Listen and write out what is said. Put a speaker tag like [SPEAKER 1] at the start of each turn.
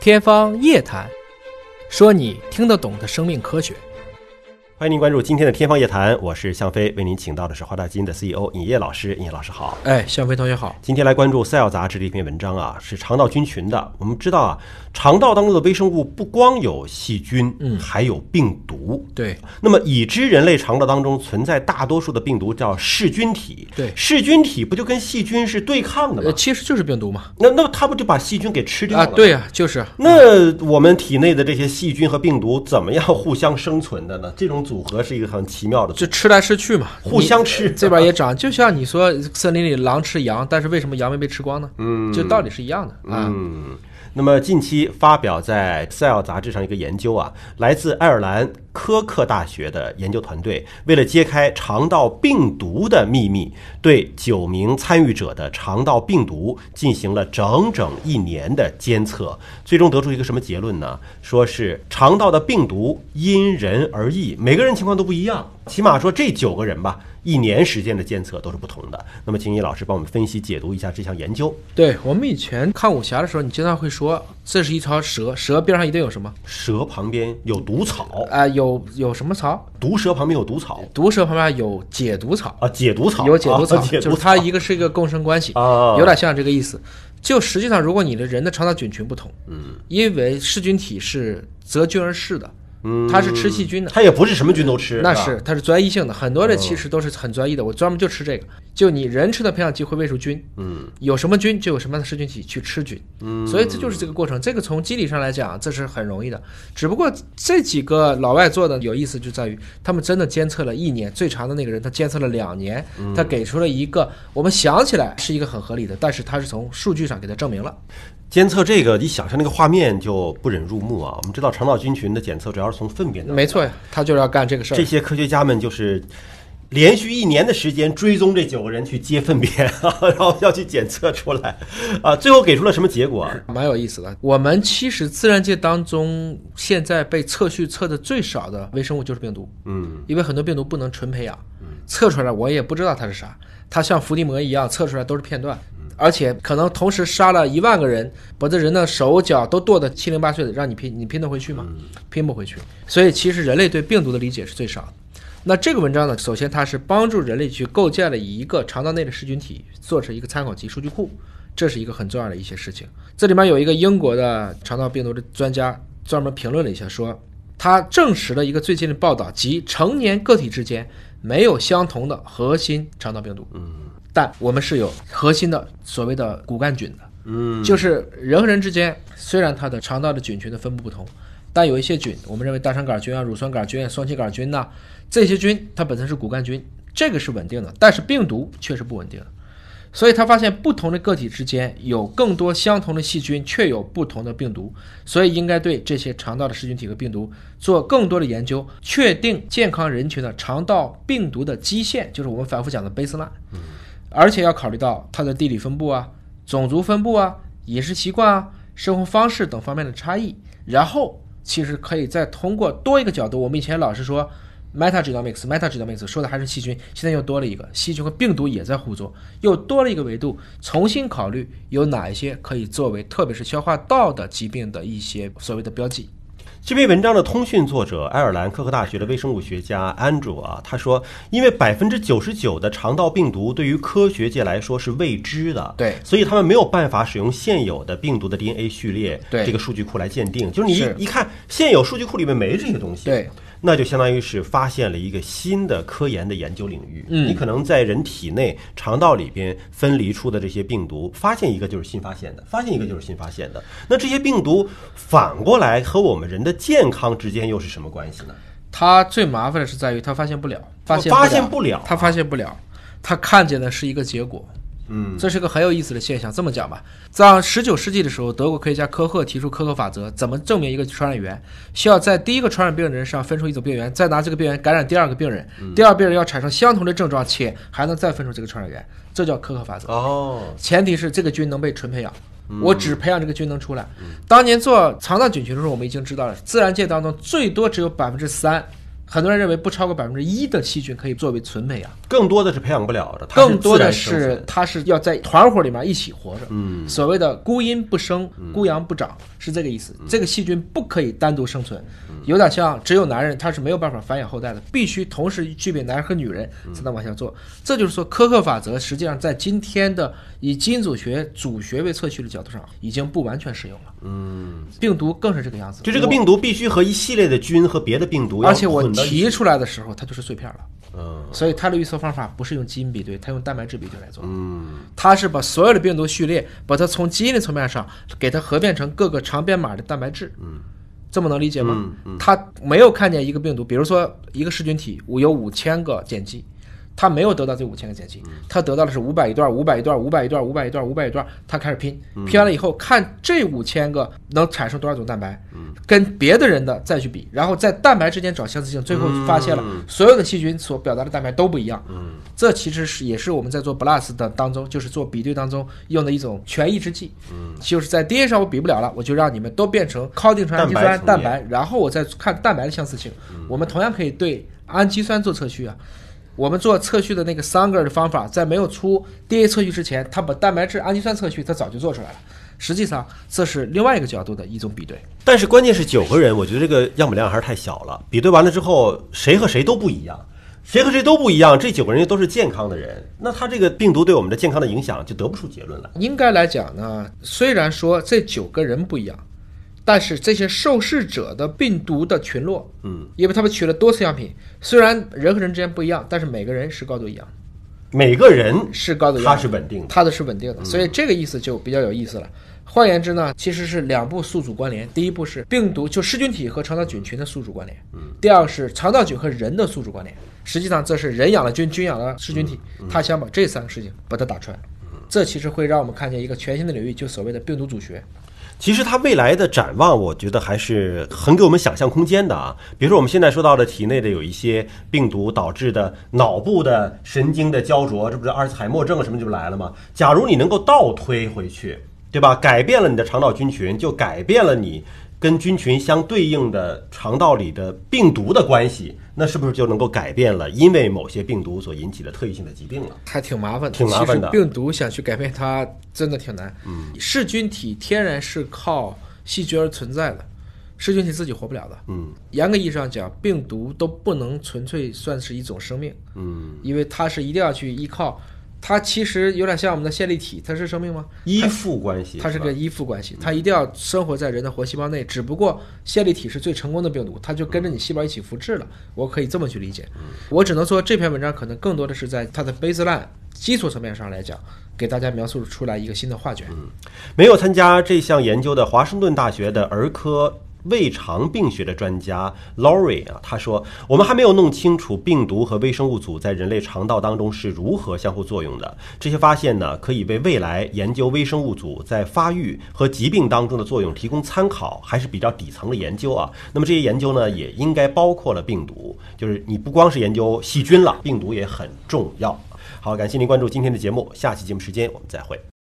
[SPEAKER 1] 天方夜谭，说你听得懂的生命科学。
[SPEAKER 2] 欢迎您关注今天的《天方夜谭》，我是向飞，为您请到的是华大基因的 CEO 尹烨老师。尹烨老师好。
[SPEAKER 1] 哎，向飞同学好。
[SPEAKER 2] 今天来关注《Cell》杂志的一篇文章啊，是肠道菌群的。我们知道啊，肠道当中的微生物不光有细菌，
[SPEAKER 1] 嗯
[SPEAKER 2] 还有病毒。
[SPEAKER 1] 对，
[SPEAKER 2] 那么已知人类肠道当中存在大多数的病毒叫噬菌体，
[SPEAKER 1] 对
[SPEAKER 2] 噬菌体不就跟细菌是对抗的
[SPEAKER 1] 呃，
[SPEAKER 2] 吗？
[SPEAKER 1] 其实就是病毒嘛。
[SPEAKER 2] 那那它不就把细菌给吃掉
[SPEAKER 1] 啊，
[SPEAKER 2] 了？。
[SPEAKER 1] 对啊，就是啊
[SPEAKER 2] 那我们体内的这些细菌和病毒怎么样互相生存的呢？这种组合是一个很奇妙的组
[SPEAKER 1] 就
[SPEAKER 2] 合，
[SPEAKER 1] 吃来吃去嘛，
[SPEAKER 2] 互
[SPEAKER 1] 你
[SPEAKER 2] 相吃。
[SPEAKER 1] 这边也长，就像你说森林里狼吃羊，但是为什么羊没被吃光呢？嗯，就道理是一样的啊。
[SPEAKER 2] 嗯， 那么近期发表在《Cell》杂志上一个研究啊，来自爱尔兰科克大学的研究团队，为了揭开肠道病毒的秘密，对九名参与者的肠道病毒进行了整整一年的监测，最终得出一个什么结论呢？说是肠道的病毒因人而异，每个人情况都不一样。起码说这九个人吧，一年时间的监测都是不同的。那么，请尹老师帮我们分析解读一下这项研究。
[SPEAKER 1] 对我们以前看武侠的时候，你经常会说这是一条蛇，蛇边上一定有什么
[SPEAKER 2] 蛇旁边有毒草，
[SPEAKER 1] 啊、有有什么草？
[SPEAKER 2] 毒蛇旁边有毒草
[SPEAKER 1] 毒蛇旁边有解毒草，
[SPEAKER 2] 啊，解毒草
[SPEAKER 1] 有 解毒草，
[SPEAKER 2] 啊、解
[SPEAKER 1] 就
[SPEAKER 2] 毒
[SPEAKER 1] 是
[SPEAKER 2] 草
[SPEAKER 1] 它一个是一个共生关系，
[SPEAKER 2] 啊，
[SPEAKER 1] 有点像这个意思。就实际上，如果你的人的肠道菌群不同，嗯，因为噬菌体是择菌而噬的，
[SPEAKER 2] 嗯
[SPEAKER 1] 它是吃细菌的，
[SPEAKER 2] 它也不是什么菌都吃，
[SPEAKER 1] 那
[SPEAKER 2] 吧
[SPEAKER 1] 是它是专一性的，很多的其实都是很专一的。我专门就吃这个，就你人吃的培养基会喂出菌，
[SPEAKER 2] 嗯，
[SPEAKER 1] 有什么菌就有什么样的噬菌体去吃菌，嗯，所以这就是这个过程。这个从机理上来讲，这是很容易的。只不过这几个老外做的有意思就在于，他们真的监测了一年，最长的那个人他监测了两年，
[SPEAKER 2] 嗯
[SPEAKER 1] 他给出了一个我们想起来是一个很合理的，但是他是从数据上给他证明了。
[SPEAKER 2] 监测这个，一想象那个画面就不忍入目啊。我们知道肠道菌群的检测主要是从粪便的，
[SPEAKER 1] 没错呀，他就是要干这个事儿
[SPEAKER 2] 这。些科学家们就是。连续一年的时间追踪这九个人去接粪便， 然后要去检测出来，啊，最后给出了什么结果？
[SPEAKER 1] 蛮有意思的。我们其实自然界当中现在被测序测的最少的微生物就是病毒，
[SPEAKER 2] 嗯，
[SPEAKER 1] 因为很多病毒不能纯培养，测出来我也不知道它是啥，它像伏地魔一样测出来都是片段，而且可能同时杀了一万个人，把这人的手脚都剁得七零八碎的，让你拼你拼得回去吗？拼不回去。所以其实人类对病毒的理解是最少的。那这个文章呢，首先它是帮助人类去构建了一个肠道内的噬菌体，做成一个参考级数据库，这是一个很重要的一些事情。这里面有一个英国的肠道病毒的专家专门评论了一下说，他证实了一个最近的报道，即成年个体之间没有相同的核心肠道病毒，嗯，但我们是有核心的所谓的骨干菌的，
[SPEAKER 2] 嗯，
[SPEAKER 1] 就是人和人之间虽然它的肠道的菌群的分布不同，但有一些菌，我们认为大肠杆菌啊、乳酸杆菌啊、双歧杆菌呐、这些菌它本身是骨干菌，这个是稳定的，但是病毒却是不稳定的。所以他发现不同的个体之间有更多相同的细菌，却有不同的病毒，所以应该对这些肠道的噬菌体和病毒做更多的研究，确定健康人群的肠道病毒的基线，就是我们反复讲的 baseline。而且要考虑到它的地理分布啊、种族分布啊、饮食习惯啊、生活方式等方面的差异，然后其实可以再通过多一个角度，我们以前老是说 metagenomics，metagenomics 说的还是细菌，现在又多了一个细菌和病毒也在互作，又多了一个维度，重新考虑有哪一些可以作为特别是消化道的疾病的一些所谓的标记。
[SPEAKER 2] 这篇文章的通讯作者，爱尔兰科克大学的微生物学家 Andrew 啊，他说，因为百分之九十九的肠道病毒对于科学界来说是未知的，
[SPEAKER 1] 对
[SPEAKER 2] 所以他们没有办法使用现有的病毒的 DNA 序列
[SPEAKER 1] 对
[SPEAKER 2] 这个数据库来鉴定，就是你
[SPEAKER 1] 是
[SPEAKER 2] 一一看现有数据库里面没这些东西，
[SPEAKER 1] 对，
[SPEAKER 2] 那就相当于是发现了一个新的科研的研究领域。
[SPEAKER 1] 嗯
[SPEAKER 2] 你可能在人体内肠道里边分离出的这些病毒，发现一个就是新发现的，发现一个就是新发现的。那这些病毒反过来和我们人的健康之间又是什么关系呢？
[SPEAKER 1] 它最麻烦的是在于它发现不了，发现
[SPEAKER 2] 发
[SPEAKER 1] 了
[SPEAKER 2] 现不了啊
[SPEAKER 1] 他发现不了，他看见的是一个结果。
[SPEAKER 2] 嗯，
[SPEAKER 1] 这是个很有意思的现象。这么讲吧，在十九世纪的时候，德国科学家科赫提出科赫法则，怎么证明一个传染源？需要在第一个传染病人上分出一种病原，再拿这个病原感染第二个病人，
[SPEAKER 2] 嗯
[SPEAKER 1] 第二病人要产生相同的症状，且还能再分出这个传染源，这叫科赫法则。
[SPEAKER 2] 哦，
[SPEAKER 1] 前提是这个菌能被纯培养，
[SPEAKER 2] 嗯
[SPEAKER 1] 我只培养这个菌能出来。当年做肠道菌群的时候，我们已经知道了，自然界当中最多只有百分之三很多人认为不超过百分之一的细菌可以作为纯培养，
[SPEAKER 2] 更多的是培养不了的，它
[SPEAKER 1] 更多的
[SPEAKER 2] 自然生
[SPEAKER 1] 是
[SPEAKER 2] 存
[SPEAKER 1] 它是要在团伙里面一起活着。嗯，所谓的孤阴不生，
[SPEAKER 2] 嗯
[SPEAKER 1] 孤阳不长，是这个意思。这个细菌不可以单独生存，
[SPEAKER 2] 嗯
[SPEAKER 1] 有点像只有男人他是没有办法繁衍后代的，必须同时具备男人和女人
[SPEAKER 2] 嗯
[SPEAKER 1] 才能往下做。这就是说科克法则实际上在今天的以基因组学主学位测序的角度上已经不完全适用了。嗯，病毒更是这个样子。
[SPEAKER 2] 就这个病毒必须和一系列的菌和别的病毒要
[SPEAKER 1] 而且我
[SPEAKER 2] 混到一起，
[SPEAKER 1] 提出来的时候，它就是碎片了。
[SPEAKER 2] 嗯
[SPEAKER 1] 所以它的预测方法不是用基因比对，它用蛋白质比对来做。
[SPEAKER 2] 嗯，
[SPEAKER 1] 它是把所有的病毒序列，把它从基因的层面上给它合变成各个长编码的蛋白质。嗯，这么能理解吗？它没有看见一个病毒，比如说一个噬菌体，我有五千个碱基。它没有得到这五千个碱基，它得到的是五百一段、五百一段、五百一段、五百一段、五百一段，它开始拼，拼完了以后看这五千个能产生多少种蛋白，跟别的人的再去比，然后在蛋白之间找相似性，最后发现了所有的细菌所表达的蛋白都不一样。这其实是也是我们在做 BLAST 的当中，就是做比对当中用的一种权宜之计，就是在 DNA 上我比不了了，我就让你们都变成靠定传氨基酸
[SPEAKER 2] 蛋
[SPEAKER 1] 蛋
[SPEAKER 2] 白
[SPEAKER 1] 白，然后我再看蛋白的相似性。我们同样可以对氨基酸做测序啊。我们做测序的那个 Sanger 的方法，在没有出 DNA 测序之前，它把蛋白质氨基酸测序，它早就做出来了。实际上，这是另外一个角度的一种比对。
[SPEAKER 2] 但是关键是九个人，我觉得这个样本量还是太小了。比对完了之后，谁和谁都不一样，谁和谁都不一样。这九个人又都是健康的人，那他这个病毒对我们的健康的影响就得不出结论来。
[SPEAKER 1] 应该来讲呢，虽然说这九个人不一样，但是这些受试者的病毒的群落，
[SPEAKER 2] 嗯，
[SPEAKER 1] 因为他们取了多次样品，虽然人和人之间不一样，但是每个人是高度一样，
[SPEAKER 2] 每个人
[SPEAKER 1] 是高度一样
[SPEAKER 2] 他
[SPEAKER 1] 的。
[SPEAKER 2] 是稳定的，嗯
[SPEAKER 1] 它的是稳定的，所以这个意思就比较有意思了。换言之呢，其实是两步宿主关联，第一步是病毒就噬菌体和肠道菌群的宿主关联，
[SPEAKER 2] 嗯
[SPEAKER 1] 第二个是肠道菌和人的宿主关联。实际上这是人养了菌，菌养了噬菌体，
[SPEAKER 2] 嗯
[SPEAKER 1] 他想把这三个事情把它打穿。这其实会让我们看见一个全新的领域，就所谓的病毒组学。
[SPEAKER 2] 其实它未来的展望，我觉得还是很给我们想象空间的啊。比如说我们现在说到的体内的有一些病毒导致的脑部的神经的焦灼，这不是阿尔茨海默症啊什么就来了吗？假如你能够倒推回去，对吧？改变了你的肠道菌群，就改变了你跟菌群相对应的肠道里的病毒的关系，那是不是就能够改变了因为某些病毒所引起的特异性的疾病了？
[SPEAKER 1] 还挺麻烦的，
[SPEAKER 2] 挺麻烦的
[SPEAKER 1] 其实病毒想去改变它，真的挺难。嗯，噬菌体天然是靠细菌而存在的，噬菌体自己活不了的。
[SPEAKER 2] 嗯，
[SPEAKER 1] 严格意义上讲，病毒都不能纯粹算是一种生命。嗯，因为它是一定要去依靠，它其实有点像我们的线粒体，它是生命吗？
[SPEAKER 2] 依附关系，
[SPEAKER 1] 它是
[SPEAKER 2] 吧嗯
[SPEAKER 1] 个依附关系，它一定要生活在人的活细胞内。只不过线粒体是最成功的病毒，它就跟着
[SPEAKER 2] 嗯
[SPEAKER 1] 你细胞一起复制了。我可以这么去理解。我只能说这篇文章可能更多的是在它的 baseline 基础层面上来讲，给大家描述出来一个新的画卷。
[SPEAKER 2] 没有参加这项研究的华盛顿大学的儿科胃肠病学的专家 Laurie 啊，他说：“我们还没有弄清楚病毒和微生物组在人类肠道当中是如何相互作用的。这些发现呢，可以为未来研究微生物组在发育和疾病当中的作用提供参考，还是比较底层的研究啊。那么这些研究呢，也应该包括了病毒，就是你不光是研究细菌了，病毒也很重要。好，感谢您关注今天的节目，下期节目时间我们再会。”